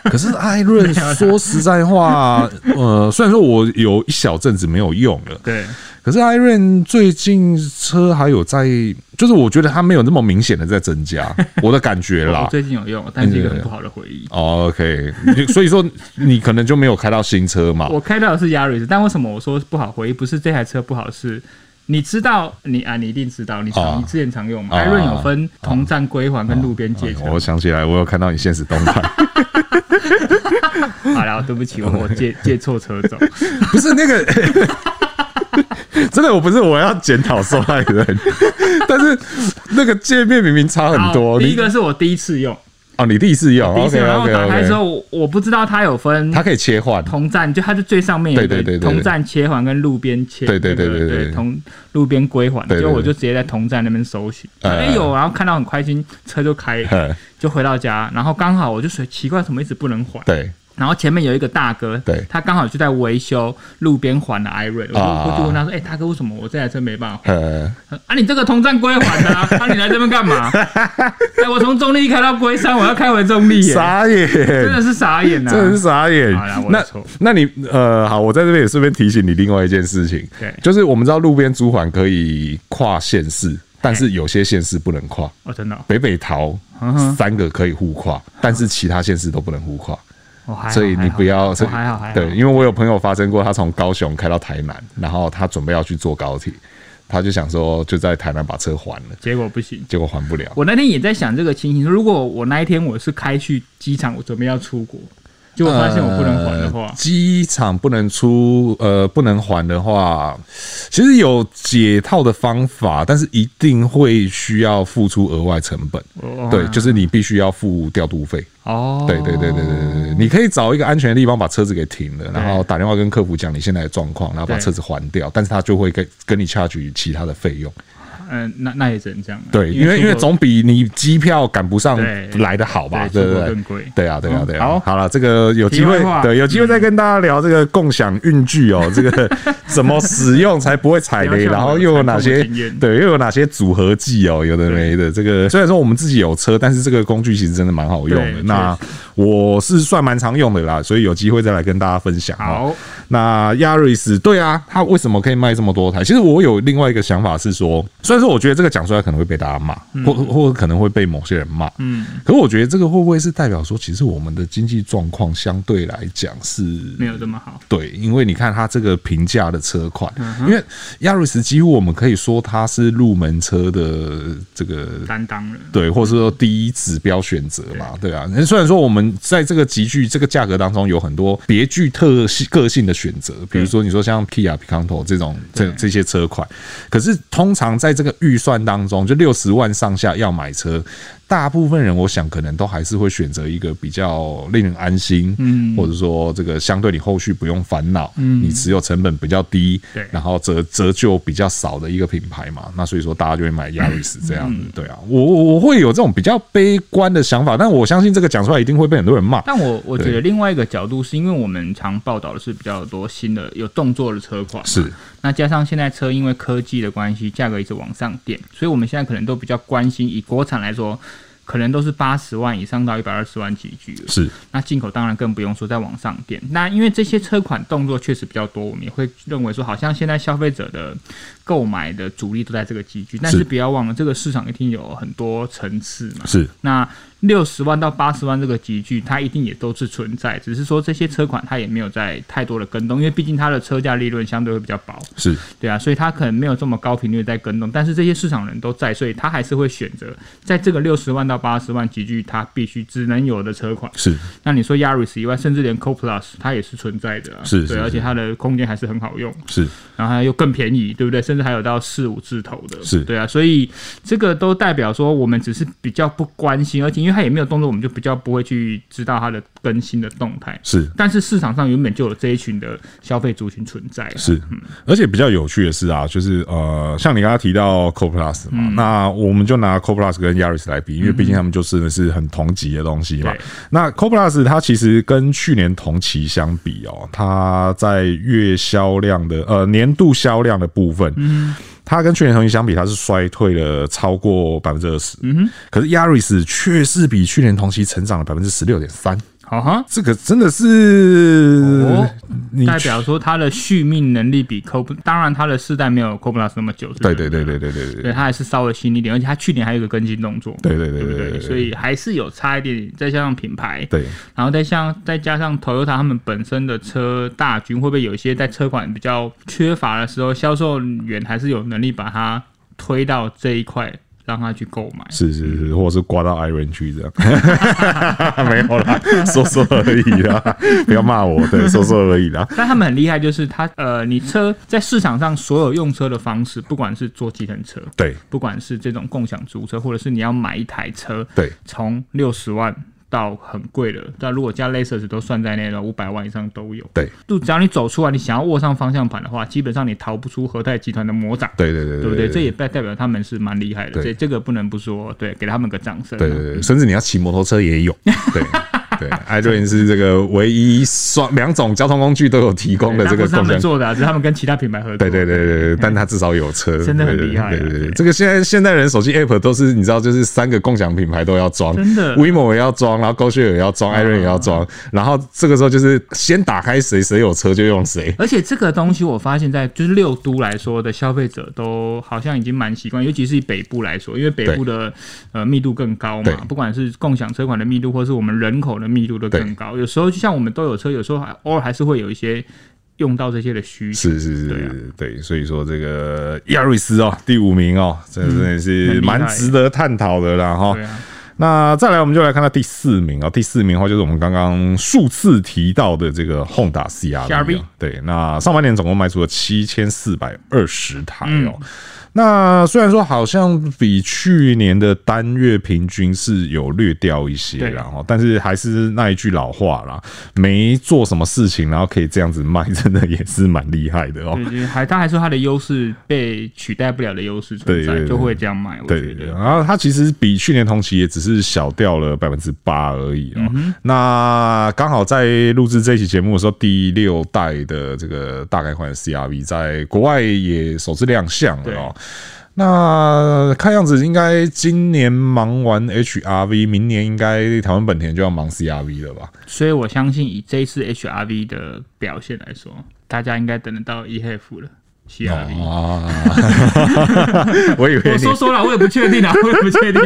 Speaker 1: 可是艾润说实在 话，呃，虽然说我有一小阵子没有用了，
Speaker 2: 对，
Speaker 1: 可是艾润最近车还有在，就是我觉得它没有那么明显的在增 加，我的感觉
Speaker 2: 我
Speaker 1: 啦。
Speaker 2: 最近有用，但是一个很不好的回忆。
Speaker 1: 哦 OK，你所以说你可能就没有开到新车嘛？
Speaker 2: 我开到的是 Yaris，但为什么我说不好回忆？不是这台车不好，是你知道你啊，你一定知道，你
Speaker 1: 啊
Speaker 2: 常你之前常用嘛。
Speaker 1: 啊
Speaker 2: Iron 有分同站归还跟路边借车。
Speaker 1: 我想起来，我有看到你现实动态，
Speaker 2: 好了，对不起，
Speaker 1: 哦
Speaker 2: 我我 借借错车走。
Speaker 1: 不是那个， 真的我不是我要检讨受害人， 但是那个界面明明差很多。
Speaker 2: 好第
Speaker 1: 你
Speaker 2: 一个是我第一次用，
Speaker 1: 哦，你第一次用
Speaker 2: 第一次用，然后
Speaker 1: OK
Speaker 2: 打
Speaker 1: OK
Speaker 2: 开
Speaker 1: OK，
Speaker 2: 之后，我我不知道它有分
Speaker 1: 它可以切换，
Speaker 2: 同站，就它就最上面有一
Speaker 1: 对对对
Speaker 2: 个
Speaker 1: 对对
Speaker 2: 同站切环跟路边切，
Speaker 1: 对对对
Speaker 2: 那个
Speaker 1: 对对对
Speaker 2: 同路边归还，
Speaker 1: 对对
Speaker 2: 就
Speaker 1: 对
Speaker 2: 我就直接在同站那边搜寻，
Speaker 1: 嗯
Speaker 2: 哎有，然后看到很开心，车就 开了，
Speaker 1: 嗯，
Speaker 2: 就回到家，然后刚好我就说奇怪，怎么一直不能还？
Speaker 1: 对，
Speaker 2: 然后前面有一个大哥，
Speaker 1: 对
Speaker 2: 他刚好就在维修路边还的 Iron，我就
Speaker 1: 啊
Speaker 2: 我就问他说，哎大哥，为什么我这台车没办法还？
Speaker 1: 呃，
Speaker 2: 啊，你这个同站归还的啊， 啊你来这边干嘛？哎，我从中立开到龟山，我要开回中立耶，
Speaker 1: 傻眼，
Speaker 2: 真的是傻眼 呐、
Speaker 1: 真是
Speaker 2: 啊！
Speaker 1: 傻眼
Speaker 2: 好啦。我的
Speaker 1: 那
Speaker 2: 错
Speaker 1: 那你呃，好，我在这边也顺便提醒你另外一件事情，
Speaker 2: 对
Speaker 1: 就是我们知道路边租还可以跨县市，但是有些县市不能跨。
Speaker 2: 哦，真的哦，
Speaker 1: 北北桃
Speaker 2: 嗯
Speaker 1: 三个可以互跨，但是其他县市都不能互跨。
Speaker 2: 我哦还好
Speaker 1: 所以
Speaker 2: 还
Speaker 1: 你
Speaker 2: 好
Speaker 1: 不要，所
Speaker 2: 我
Speaker 1: 以
Speaker 2: 还好还好。
Speaker 1: 对，因为我有朋友发生过，他从高雄开到台南，然后他准备要去坐高铁，他就想说就在台南把车还了，
Speaker 2: 结果不行。
Speaker 1: 结果还不了。
Speaker 2: 我那天也在想这个情形，如果我那一天我是开去机场，我准备要出国，结果发现我不能还的
Speaker 1: 呃
Speaker 2: 话，
Speaker 1: 机场不能出，呃，不能还的话，其实有解套的方法，但是一定会需要付出额外成本。
Speaker 2: 哦
Speaker 1: 对，就是你必须要付调度费。
Speaker 2: 哦，
Speaker 1: 呃对对对对对对对，你可以找一个安全的地方把车子给停了，然后打电话跟客服讲你现在的状况，然后把
Speaker 2: 对
Speaker 1: 车子还掉，但是他就会跟跟你 charge 其他的费用。
Speaker 2: 嗯，那那也只能这样了。
Speaker 1: 对，因为因为
Speaker 2: 出国
Speaker 1: 总比你机票赶不上
Speaker 2: 对
Speaker 1: 来的好吧，对
Speaker 2: 对出
Speaker 1: 不
Speaker 2: 国
Speaker 1: 对
Speaker 2: 更？贵
Speaker 1: 对啊，对啊，
Speaker 2: 嗯
Speaker 1: 对啊。
Speaker 2: 好
Speaker 1: 好了，这个有机会
Speaker 2: 题外话，嗯
Speaker 1: 对，有机会再跟大家聊这个共享运具哦， 这个怎么使用才不会踩
Speaker 2: 不要
Speaker 1: 雷，
Speaker 2: 像我
Speaker 1: 然后又有哪
Speaker 2: 惨
Speaker 1: 些
Speaker 2: 痛的经验
Speaker 1: 对，又有哪些组合技哦，有的没的。这个虽然说我们自己有车，但是这个工具其实真的蛮好用的
Speaker 2: 对。
Speaker 1: 那我是算蛮常用的啦，所以有机会再来跟大家分享哦。
Speaker 2: 好，
Speaker 1: 那 Yaris 对啊，它为什么可以卖这么多台？其实我有另外一个想法是说，虽然说我觉得这个讲出来可能会被大家骂，或或者可能会被某些人骂，
Speaker 2: 嗯，
Speaker 1: 可我觉得这个会不会是代表说，其实我们的经济状况相对来讲是
Speaker 2: 没有这么好。
Speaker 1: 对，因为你看它这个平价的车款，
Speaker 2: 嗯
Speaker 1: 因为 Yaris 几乎我们可以说它是入门车的这个
Speaker 2: 担当了。
Speaker 1: 对，或者说第一指标选择嘛，对啊。那虽然说我们在这个集聚这个价格当中有很多别具特性个性的选择，比如说你说像 Kia Picanto 这种这
Speaker 2: 对
Speaker 1: 这些车款，可是通常在这个预算当中，就六十万上下要买车，大部分人我想可能都还是会选择一个比较令人安心，
Speaker 2: 嗯
Speaker 1: 或者说这个相对你后续不用烦恼，嗯，你持有成本比较低，
Speaker 2: 对
Speaker 1: 然后折折旧比较少的一个品牌嘛，那所以说大家就会买亚瑞斯这样子，对啊，我我我会有这种比较悲观的想法，但我相信这个讲出来一定会被很多人骂，
Speaker 2: 但我我觉得另外一个角度是因为我们常报道的是比较多新的有动作的车款，
Speaker 1: 是。
Speaker 2: 那加上现在车因为科技的关系，价格一直往上垫，所以我们现在可能都比较关心，以国产来说，可能都是八十万以上到一百二十万起居了。
Speaker 1: 是
Speaker 2: 那进口当然更不用说，在往上点。那因为这些车款动作确实比较多，我们也会认为说，好像现在消费者的购买的主力都在这个集聚。但是不要忘了，这个市场一定有很多层次嘛。
Speaker 1: 是
Speaker 2: 那六十万到八十万这个集聚，它一定也都是存在，只是说这些车款它也没有在太多的跟动，因为毕竟它的车价利润相对会比较薄。
Speaker 1: 是
Speaker 2: 对啊，所以他可能没有这么高频率地在跟动，但是这些市场人都在，所以他还是会选择在这个六十万到八十万集聚，他必须只能有的车款。
Speaker 1: 是
Speaker 2: 那你说 Yaris 以外，甚至连 Co Plus 它也是存在的、啊，
Speaker 1: 是是
Speaker 2: 对，而
Speaker 1: 是
Speaker 2: 且它的空间还是很好用，
Speaker 1: 是
Speaker 2: 然后它又更便宜，对不对？甚至还有到四五字头的，
Speaker 1: 是
Speaker 2: 对啊，所以这个都代表说我们只是比较不关心，而且因为它也没有动作，我们就比较不会去知道它的更新的动态。
Speaker 1: 是
Speaker 2: 但是市场上原本就有这一群的消费族群存在、啊，
Speaker 1: 是，而且比较有趣的是啊，就是呃，像你刚刚提到 Co Plus
Speaker 2: 嗯
Speaker 1: 嘛，那我们就拿 Co Plus 跟 Yaris 来比，因为毕竟他们就真的是很同级的东西嘛
Speaker 2: 对。
Speaker 1: 那 Co Plus 它其实跟去年同期相比哦，它在月销量的呃年度销量的部分，
Speaker 2: 嗯
Speaker 1: 它跟去年同期相比，它是衰退了超过百分之二十。嗯哼，可是 Yaris 却是比去年同期成长了百分之十六点三，
Speaker 2: 好哈。
Speaker 1: 这个真的是
Speaker 2: 哦
Speaker 1: 你
Speaker 2: 代表说它的续命能力比 Co，当然它的世代没有 Co Plus 那么久，是不
Speaker 1: 对
Speaker 2: 是
Speaker 1: 对对对对对对对
Speaker 2: 对，它还是稍微新一点，而且它去年还有一个更新动作，
Speaker 1: 对对对
Speaker 2: 对不
Speaker 1: 对对
Speaker 2: 对？
Speaker 1: 对
Speaker 2: 所以还是有差一点点，再加上品牌，
Speaker 1: 对，
Speaker 2: 然后再像再加上 Toyota 他们本身的车大军，会不会有一些在车款比较缺乏的时候，销售员还是有能力把它推到这一块，让他去购 买？
Speaker 1: 是是
Speaker 2: 嗯
Speaker 1: 是，或者是刮到 Iron 去这样， 没有 啦，说说而已啦， 不要骂我，对，说说而已啦。
Speaker 2: 但他们很厉害，就是他呃，你车在市场上所有用车的方式，不管是坐计程车，
Speaker 1: 对
Speaker 2: 不管是这种共享租车，或者是你要买一台车，
Speaker 1: 对
Speaker 2: 从六十万到很贵的，但如果加 Lexus 都算在内的，五百万以上都有。
Speaker 1: 对
Speaker 2: 就只要你走出来，你想要握上方向盘的话，基本上你逃不出和泰集团的魔掌。
Speaker 1: 对对对
Speaker 2: 对不对？
Speaker 1: 对，
Speaker 2: 这也代代表他们是蛮厉害的，
Speaker 1: 对
Speaker 2: 这这个不能不说，对，给他们个掌声啊。
Speaker 1: 对对对，甚至你要骑摩托车也 有，对。对，Iron 是这个唯一双两种交通工具都有提供的这
Speaker 2: 但不
Speaker 1: 个
Speaker 2: 是他
Speaker 1: 共
Speaker 2: 们
Speaker 1: 享。
Speaker 2: 做的啊，只是他们跟其他品牌合作。
Speaker 1: 对对对对对，但他至少有车，
Speaker 2: 嗯真的很
Speaker 1: 对
Speaker 2: 厉害啊
Speaker 1: 对对对，
Speaker 2: 对
Speaker 1: 这个现在现代人手机 App 都是你知道，就是三个共享品牌都要装，
Speaker 2: 真的啊
Speaker 1: WeMo 也要装，然后 GoShare 也要装，Iron 也要装，然后这个时候就是先打开谁谁有车就用谁，
Speaker 2: 而且这个东西，我发现在就是六都来说的消费者都好像已经蛮习惯，尤其是以北部来说，因为北部的呃密度更高
Speaker 1: 对
Speaker 2: 嘛，不管是共享车款的密度，或是我们人口的密度都更高。有时候就像我们都有车，有时候还偶尔还是会有一些用到这些的需求。
Speaker 1: 是是是
Speaker 2: 对啊
Speaker 1: 是，对，所以说这个亚瑞斯哦，第五名哦，这真的
Speaker 2: 嗯很
Speaker 1: 是
Speaker 2: 厉害
Speaker 1: 蛮值得探讨的啦哈
Speaker 2: 对。啊，
Speaker 1: 那再来，我们就来看到第四名啊、第四名的话就是我们刚刚数次提到的这个 Honda CR-V 啊
Speaker 2: CR-V。
Speaker 1: 对，那上半年总共卖出了七千四百二十台哦。那虽然说好像比去年的单月平均是有略掉一些啦，
Speaker 2: 对
Speaker 1: 然后但是还是那一句老话啦，没做什么事情，然后可以这样子卖， 真的也是蛮厉害的哦。
Speaker 2: 对对，还他还说他的优势被取代不了的优势存
Speaker 1: 对对
Speaker 2: 在，
Speaker 1: 对
Speaker 2: 就会这样卖。我
Speaker 1: 对
Speaker 2: 觉
Speaker 1: 对对，
Speaker 2: 得
Speaker 1: 然后它其实比去年同期也只是小掉了百分之八而已
Speaker 2: 嗯
Speaker 1: 哦。那刚好在录制这期节目的时候，第六代的这个大改款 CRV 在国外也首次亮相了哦。那看样子应该今年忙完 HRV，明年应该台湾本田就要忙 CRV 了吧？
Speaker 2: 所以我相信以这一次 HRV 的表现来说，大家应该等得到 EHF 了。CRV，、
Speaker 1: 啊， 我以为
Speaker 2: 我
Speaker 1: 你
Speaker 2: 说说了，我也不 确定啊，我也不确定，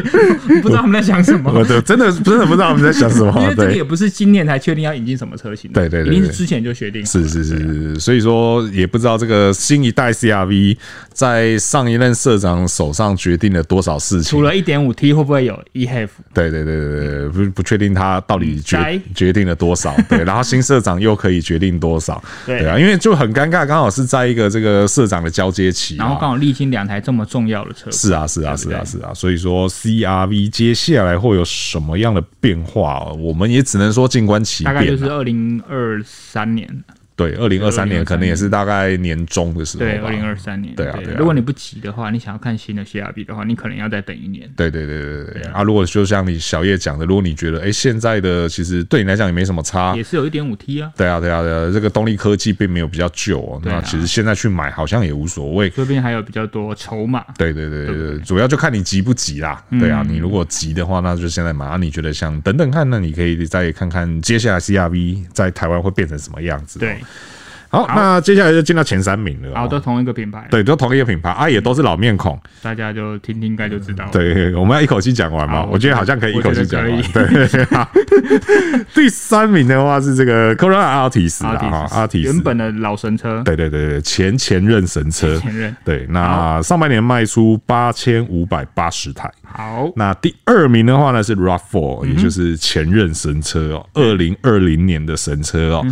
Speaker 2: 不知道他们在想什么。
Speaker 1: 我 的真的真的不知道我们在想什么
Speaker 2: 因为，这个
Speaker 1: 对
Speaker 2: 也。不是今年才确定要引进什么车型的，
Speaker 1: 对对对对
Speaker 2: 一定是之前就决定好
Speaker 1: 是
Speaker 2: 了。
Speaker 1: 是是是，所以说也不知道这个新一代 CRV 在上一任社长手上决定了多少事情
Speaker 2: 除。了一点五 T 会不会有 E EHF？
Speaker 1: 对对对对对，不不确定他到底决
Speaker 2: 该
Speaker 1: 决定了多 少。对，然后新社长又可以决定多少。
Speaker 2: 对
Speaker 1: 对啊，因为就很尴尬，刚好是在一个这个社长的交接期、啊，
Speaker 2: 然后刚好历经两台这么重要的车，
Speaker 1: 是啊，是啊，
Speaker 2: 对
Speaker 1: 是
Speaker 2: 不对
Speaker 1: 啊，是啊，所以说 CRV 接下来会有什么样的变化哦，我们也只能说静观其
Speaker 2: 大
Speaker 1: 变、
Speaker 2: 概
Speaker 1: 啊。
Speaker 2: 就是二零二三年，
Speaker 1: 对，二零二三年可能也是大概年中的时候吧。
Speaker 2: 对，二零二三年，
Speaker 1: 对啊对啊
Speaker 2: 如果你不急的话，你想要看新的 CRV 的话，你可能要再等一年。
Speaker 1: 对对对对对对啊！如果就像你小叶讲的，如果你觉得哎、诶现在的其实对你来讲也没什么差
Speaker 2: 也，是有一点五 T 啊，
Speaker 1: 对啊对啊对啊，这个动力科技并没有比较旧哦，
Speaker 2: 对啊
Speaker 1: 那其实现在去买好像也无所谓。
Speaker 2: 这边还有比较多筹码。
Speaker 1: 对对对对对，主要就看你急不急啦。对啊，你如果急的话，那就现在买。啊你觉得想等等看，那你可以再看看接下来 CRV 在台湾会变成什么样子。
Speaker 2: 对，，
Speaker 1: 好，那接下来就进到前三名了、哦。
Speaker 2: 然后都同一个品牌，，
Speaker 1: 对，都同一个品牌啊，也都是老面孔。
Speaker 2: 大家就听听应该就知道了。
Speaker 1: 对，我们要一口气讲完嘛？
Speaker 2: 好
Speaker 1: 我觉得好像可以一口气讲完
Speaker 2: 我。
Speaker 1: 对，好 第三名的话是这个 Corolla Altis
Speaker 2: 阿提
Speaker 1: 啊，
Speaker 2: 斯
Speaker 1: 阿提斯
Speaker 2: 原本的老神车，
Speaker 1: 对对对对前前任神车。
Speaker 2: 前任。
Speaker 1: 对，那上半年卖出八千五百八十台。
Speaker 2: 好，
Speaker 1: 那第二名的话呢是 RAV4，、也就是前任神车哦，二零二零年的神车哦。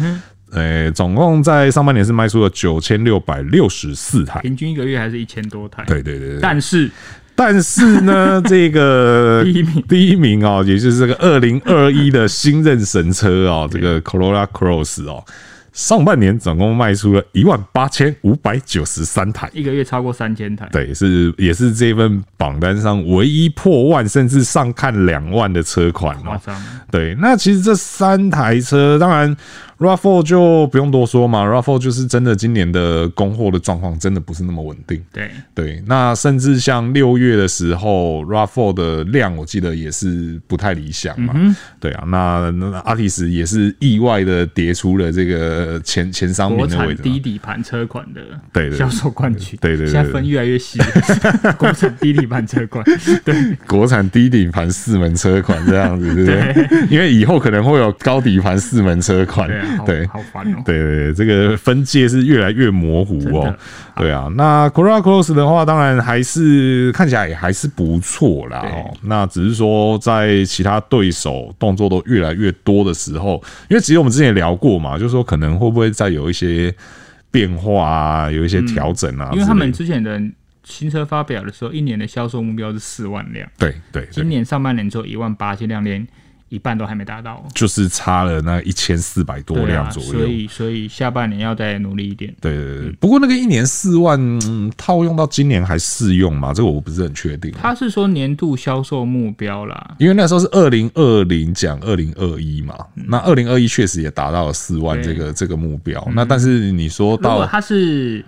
Speaker 1: 呃，总共在上半年是卖出了九千六百六十四台。
Speaker 2: 平均一个月还是一千多台。
Speaker 1: 对对对对，
Speaker 2: 但是
Speaker 1: 但是 呢，这个
Speaker 2: 第一名
Speaker 1: 第一名哦，也就是这个二零二一的新任神车哦，这个 Corolla Cross 哦，上半年总共卖出了一万八千五百九十三台。
Speaker 2: 一个月超过三千台，
Speaker 1: 对，是也是这份榜单上唯一破万甚至上看两万的车款
Speaker 2: 夸
Speaker 1: 哦。
Speaker 2: 张。
Speaker 1: 对，那其实这三台车，当然 RAV4 就不用多说嘛，RAV4 就是真的今年的供货的状况真的不是那么稳定。
Speaker 2: 对，
Speaker 1: 对，那甚至像六月的时候，RAV4 的量我记得也是不太理想嘛。
Speaker 2: 嗯
Speaker 1: 对啊，那那阿提斯也是意外的跌出了这个前前三名
Speaker 2: 国
Speaker 1: 的位
Speaker 2: 产
Speaker 1: 置嘛。
Speaker 2: 低底盘车款的
Speaker 1: 对对
Speaker 2: 销售冠军，
Speaker 1: 对对对对
Speaker 2: 现在分越来 越细，国产低底盘车款，对
Speaker 1: 国产低底盘四门车款这样 子，对不对？因为以后可能会有高底盘四门车款
Speaker 2: 对啊，好，
Speaker 1: 对。
Speaker 2: 好烦哦。
Speaker 1: 对对对，这个分界是越来越模糊
Speaker 2: 真
Speaker 1: 哦
Speaker 2: 的。
Speaker 1: 对啊，那 Corolla Cross 的话，当然还是看起来也还是不错啦哦。那只是说，在其他对手动作都越来越多的时候，因为其实我们之前也聊过嘛，就是说可能会不会再有一些变化啊，有一些调整啊之类的、
Speaker 2: 嗯因为他们之前的新车发表的时候，一年的销售目标是四万辆，
Speaker 1: 对对对
Speaker 2: 今，年上半年只有一万八千辆，连一半都还没达到哦。
Speaker 1: 就是差了那一千四百多
Speaker 2: 对
Speaker 1: 辆
Speaker 2: 啊，
Speaker 1: 左右。
Speaker 2: 所以嗯所以下半年要再努力一点。
Speaker 1: 对对对，不过那个一年四万、嗯套用到今年还适用吗？这个我不是很确定。啊
Speaker 2: 他是说年度销售目标啦，
Speaker 1: 因为那时候是二零二零讲二零二一嘛，那二零二一确实也达到了四万这
Speaker 2: 嗯对嗯
Speaker 1: 个这个目标。那但是你说
Speaker 2: 如果
Speaker 1: 到
Speaker 2: 他是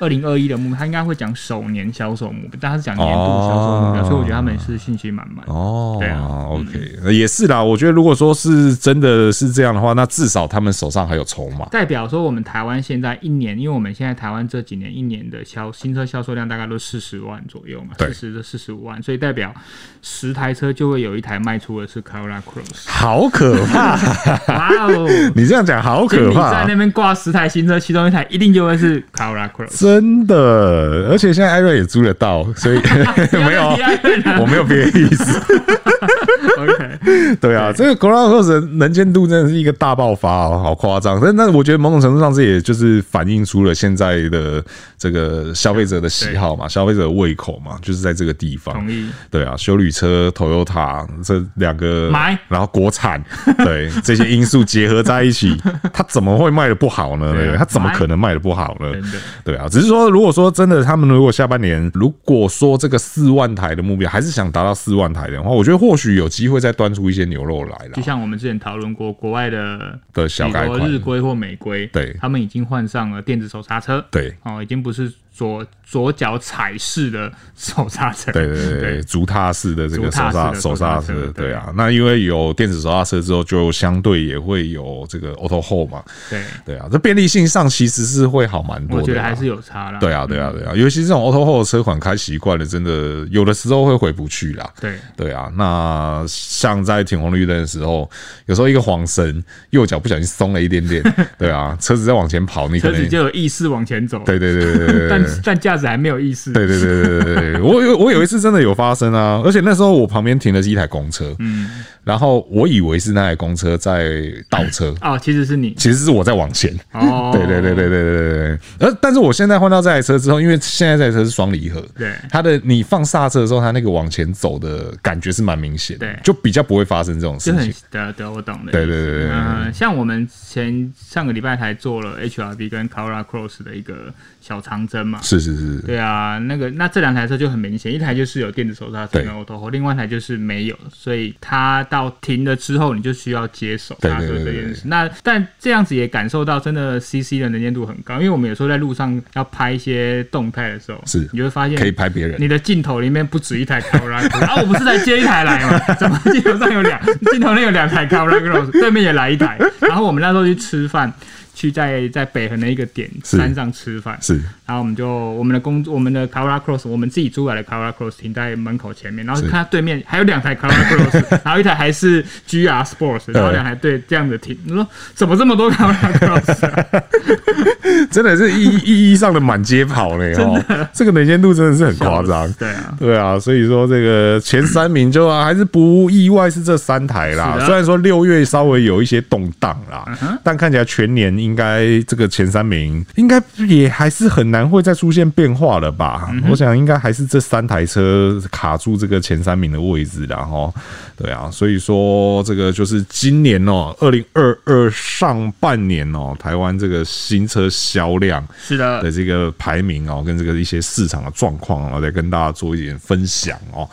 Speaker 2: 二零二一的目标，他应该会讲首年销售目标，但他是讲年度销售目标，
Speaker 1: 哦
Speaker 2: 所以我觉得他们是信心满满。
Speaker 1: 哦，
Speaker 2: 对啊
Speaker 1: o k 也是啦。我觉得如果说是真的是这样的话，那至少他们手上还有筹码。
Speaker 2: 代表说，我们台湾现在一年，因为我们现在台湾这几年一年的销新车销售量大概都四十万左右嘛，
Speaker 1: 对
Speaker 2: 四十到四十五万，所以代表十台车就会有一台卖出的是 Corolla Cross。
Speaker 1: 好可怕！
Speaker 2: 哇哦！
Speaker 1: 你这样讲好
Speaker 2: 经
Speaker 1: 可
Speaker 2: 理
Speaker 1: 怕、啊
Speaker 2: 在那边挂十台新车，其中一台一定就会是 Corolla Cross。
Speaker 1: 真的，而且现 在艾瑞也租得到，所以 没有，啊
Speaker 2: 不要再提艾瑞了
Speaker 1: 我没有别的意思。 对啊，这个 Coronavirus 的能见度真的是一个大爆发哦，好夸张。但但我觉得某种程度上，这也就是反映出了现在的这个消费者的喜好嘛，消费者的胃口嘛，就是在这个地方
Speaker 2: 同。意。
Speaker 1: 对啊，修旅车、Toyota 这两个
Speaker 2: 买
Speaker 1: 然后国产， 对这些因素结合在一起，它怎么会卖的不好呢？
Speaker 2: 对啊
Speaker 1: 它怎么
Speaker 2: 买
Speaker 1: 可能卖的不好呢
Speaker 2: 真的？
Speaker 1: 对啊，只是说，如果说真的，他们如果下半年，如果说这个四万台的目标还是想达到四万台的话，我觉得或许有机会再端出一些牛肉来
Speaker 2: 就
Speaker 1: 了。
Speaker 2: 像我们之前讨论过，国外的
Speaker 1: 的小改
Speaker 2: 比如
Speaker 1: 款
Speaker 2: 说日规或美规，
Speaker 1: 对
Speaker 2: 他们已经换上了电子手刹车，
Speaker 1: 对
Speaker 2: 哦，已经不是左左脚踩式的手刹车，
Speaker 1: 对对对对，竹踏式的这个
Speaker 2: 竹
Speaker 1: 手
Speaker 2: 踏式
Speaker 1: 刹
Speaker 2: 的
Speaker 1: 手
Speaker 2: 手
Speaker 1: 刹
Speaker 2: 刹
Speaker 1: 车
Speaker 2: 车，
Speaker 1: 对
Speaker 2: 对
Speaker 1: 啊，那因为有电子手刹车之后，就相对也会有这个 auto hold 嘛，
Speaker 2: 对
Speaker 1: 对啊，这便利性上其实是会好蛮多的啦。
Speaker 2: 我觉得还是有差啦。
Speaker 1: 对啊，对啊，对啊，尤其是这种 auto hold 的车款开习惯了，真的有的时候会回不去啦。
Speaker 2: 对，
Speaker 1: 对啊，那像在停红绿灯的时候，有时候一个晃神，右脚不小心松了一点点，对啊，车子在往前跑，你可
Speaker 2: 车
Speaker 1: 能
Speaker 2: 子就有意识往前走，
Speaker 1: 对对对对对对
Speaker 2: 但
Speaker 1: 对。
Speaker 2: 但驾驶还没有意识，
Speaker 1: 对对对对对对对，我有我有一次真的有发生啊，而且那时候我旁边停的是一台公车，嗯，然后我以为是那台公车在倒车，
Speaker 2: 哦，其实 是你，
Speaker 1: 其实是我在往前，
Speaker 2: 哦，
Speaker 1: 对对对对对对对对。而但是我现在换到这台车之后，因为现在这台车是双离合，
Speaker 2: 对
Speaker 1: 它的你放刹车的时候，它那个往前走的感觉是蛮明显的，
Speaker 2: 对
Speaker 1: 就比较不会发生这种事
Speaker 2: 就很
Speaker 1: 情。
Speaker 2: 对对，我懂的。
Speaker 1: 对对对对对
Speaker 2: 嗯、像我们前上个礼拜才做了 HRV 跟 Colora Cross 的一个小长征嘛。
Speaker 1: 是是是，
Speaker 2: 对啊，那个那这两台车就很明显，一台就是有电子手刹车
Speaker 1: 对
Speaker 2: 跟 auto hold，另外一台就是没有，所以它到停了之后，你就需要接手
Speaker 1: 对
Speaker 2: 刹车
Speaker 1: 对对
Speaker 2: 这
Speaker 1: 对
Speaker 2: 件事。那但这样子也感受到真的 CC 的能见度很高，因为我们有时候在路上要拍一些动态的时候，
Speaker 1: 是
Speaker 2: 你就会发现
Speaker 1: 可以拍别人
Speaker 2: 你的镜头里面不止一台 c o r a Cross，啊，我不是才接一台来嘛？怎么镜头上有两，镜头内有两台 c o r a Cross，对面也来一台。然后我们那时候去吃饭，去在在北横的一个点
Speaker 1: 是
Speaker 2: 山上吃饭，
Speaker 1: 是
Speaker 2: 然后我们就我们的工我们的 c o r a Cross，我们自己租来的 c o r a Cross 停在门口前面，然后
Speaker 1: 是
Speaker 2: 看它对面还有两台 c o r a Cross，然后一台还是 GR
Speaker 1: 嗯
Speaker 2: Sports，然后两台对这样子停。你说怎么这么多 c o r a Cross？、啊、
Speaker 1: 真的是意意义上的满街跑嘞哦，这个能见度真的是很夸张。
Speaker 2: 对啊，
Speaker 1: 对啊，所以说这个前三名就啊，还是不意外是这三台啦
Speaker 2: 是。啊嗯
Speaker 1: 虽
Speaker 2: 的
Speaker 1: 然说六月稍微有一些动荡啦，但看起来全年应该这个前三名应该也还是很难会再出现变化了吧？
Speaker 2: 嗯
Speaker 1: 我想应该还是这三台车卡住这个前三名的位置啦。哈。对啊，所以说这个就是今年哦，二零二二上半年哦，台湾这个新车销量
Speaker 2: 是的
Speaker 1: 的。这个排名哦，呃跟这个一些市场的状况哦，来跟大家做一点分享哦。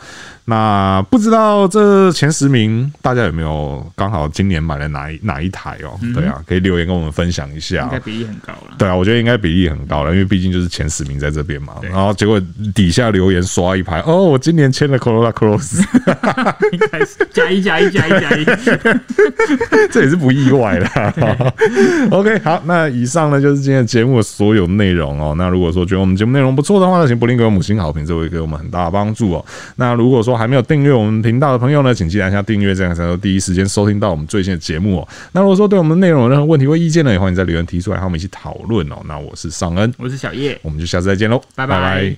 Speaker 1: 那不知道这前十名大家有没有刚好今年买了哪一哪一台哦？对啊，可以留言跟我们分享一下
Speaker 2: 嗯应
Speaker 1: 哦、
Speaker 2: 该比例很高了。
Speaker 1: 对啊，我觉得应该比例很高了，因为毕竟就是前十名在这边嘛。然后结果底下留言刷一排，哦，我今年签了 Corolla Cross，
Speaker 2: 应该是加一加一加一加一，
Speaker 1: 这也是不意外啦。OK，好，那以上呢就是今天的节目的所有内容哦。那如果说觉得我们节目内容不错的话呢，请不吝给我们五星好评，这会给我们很大的帮助哦。那如果说还没有订阅我们频道的朋友呢，请记得按下订阅，这样才能第一时间收听到我们最新的节目哦。那如果说对我们内容有任何问题或意见呢，也欢迎在留言提出来，和我们一起讨论哦。那我是尚恩，
Speaker 2: 我是小叶，
Speaker 1: 我们就下次再见喽，
Speaker 2: 拜拜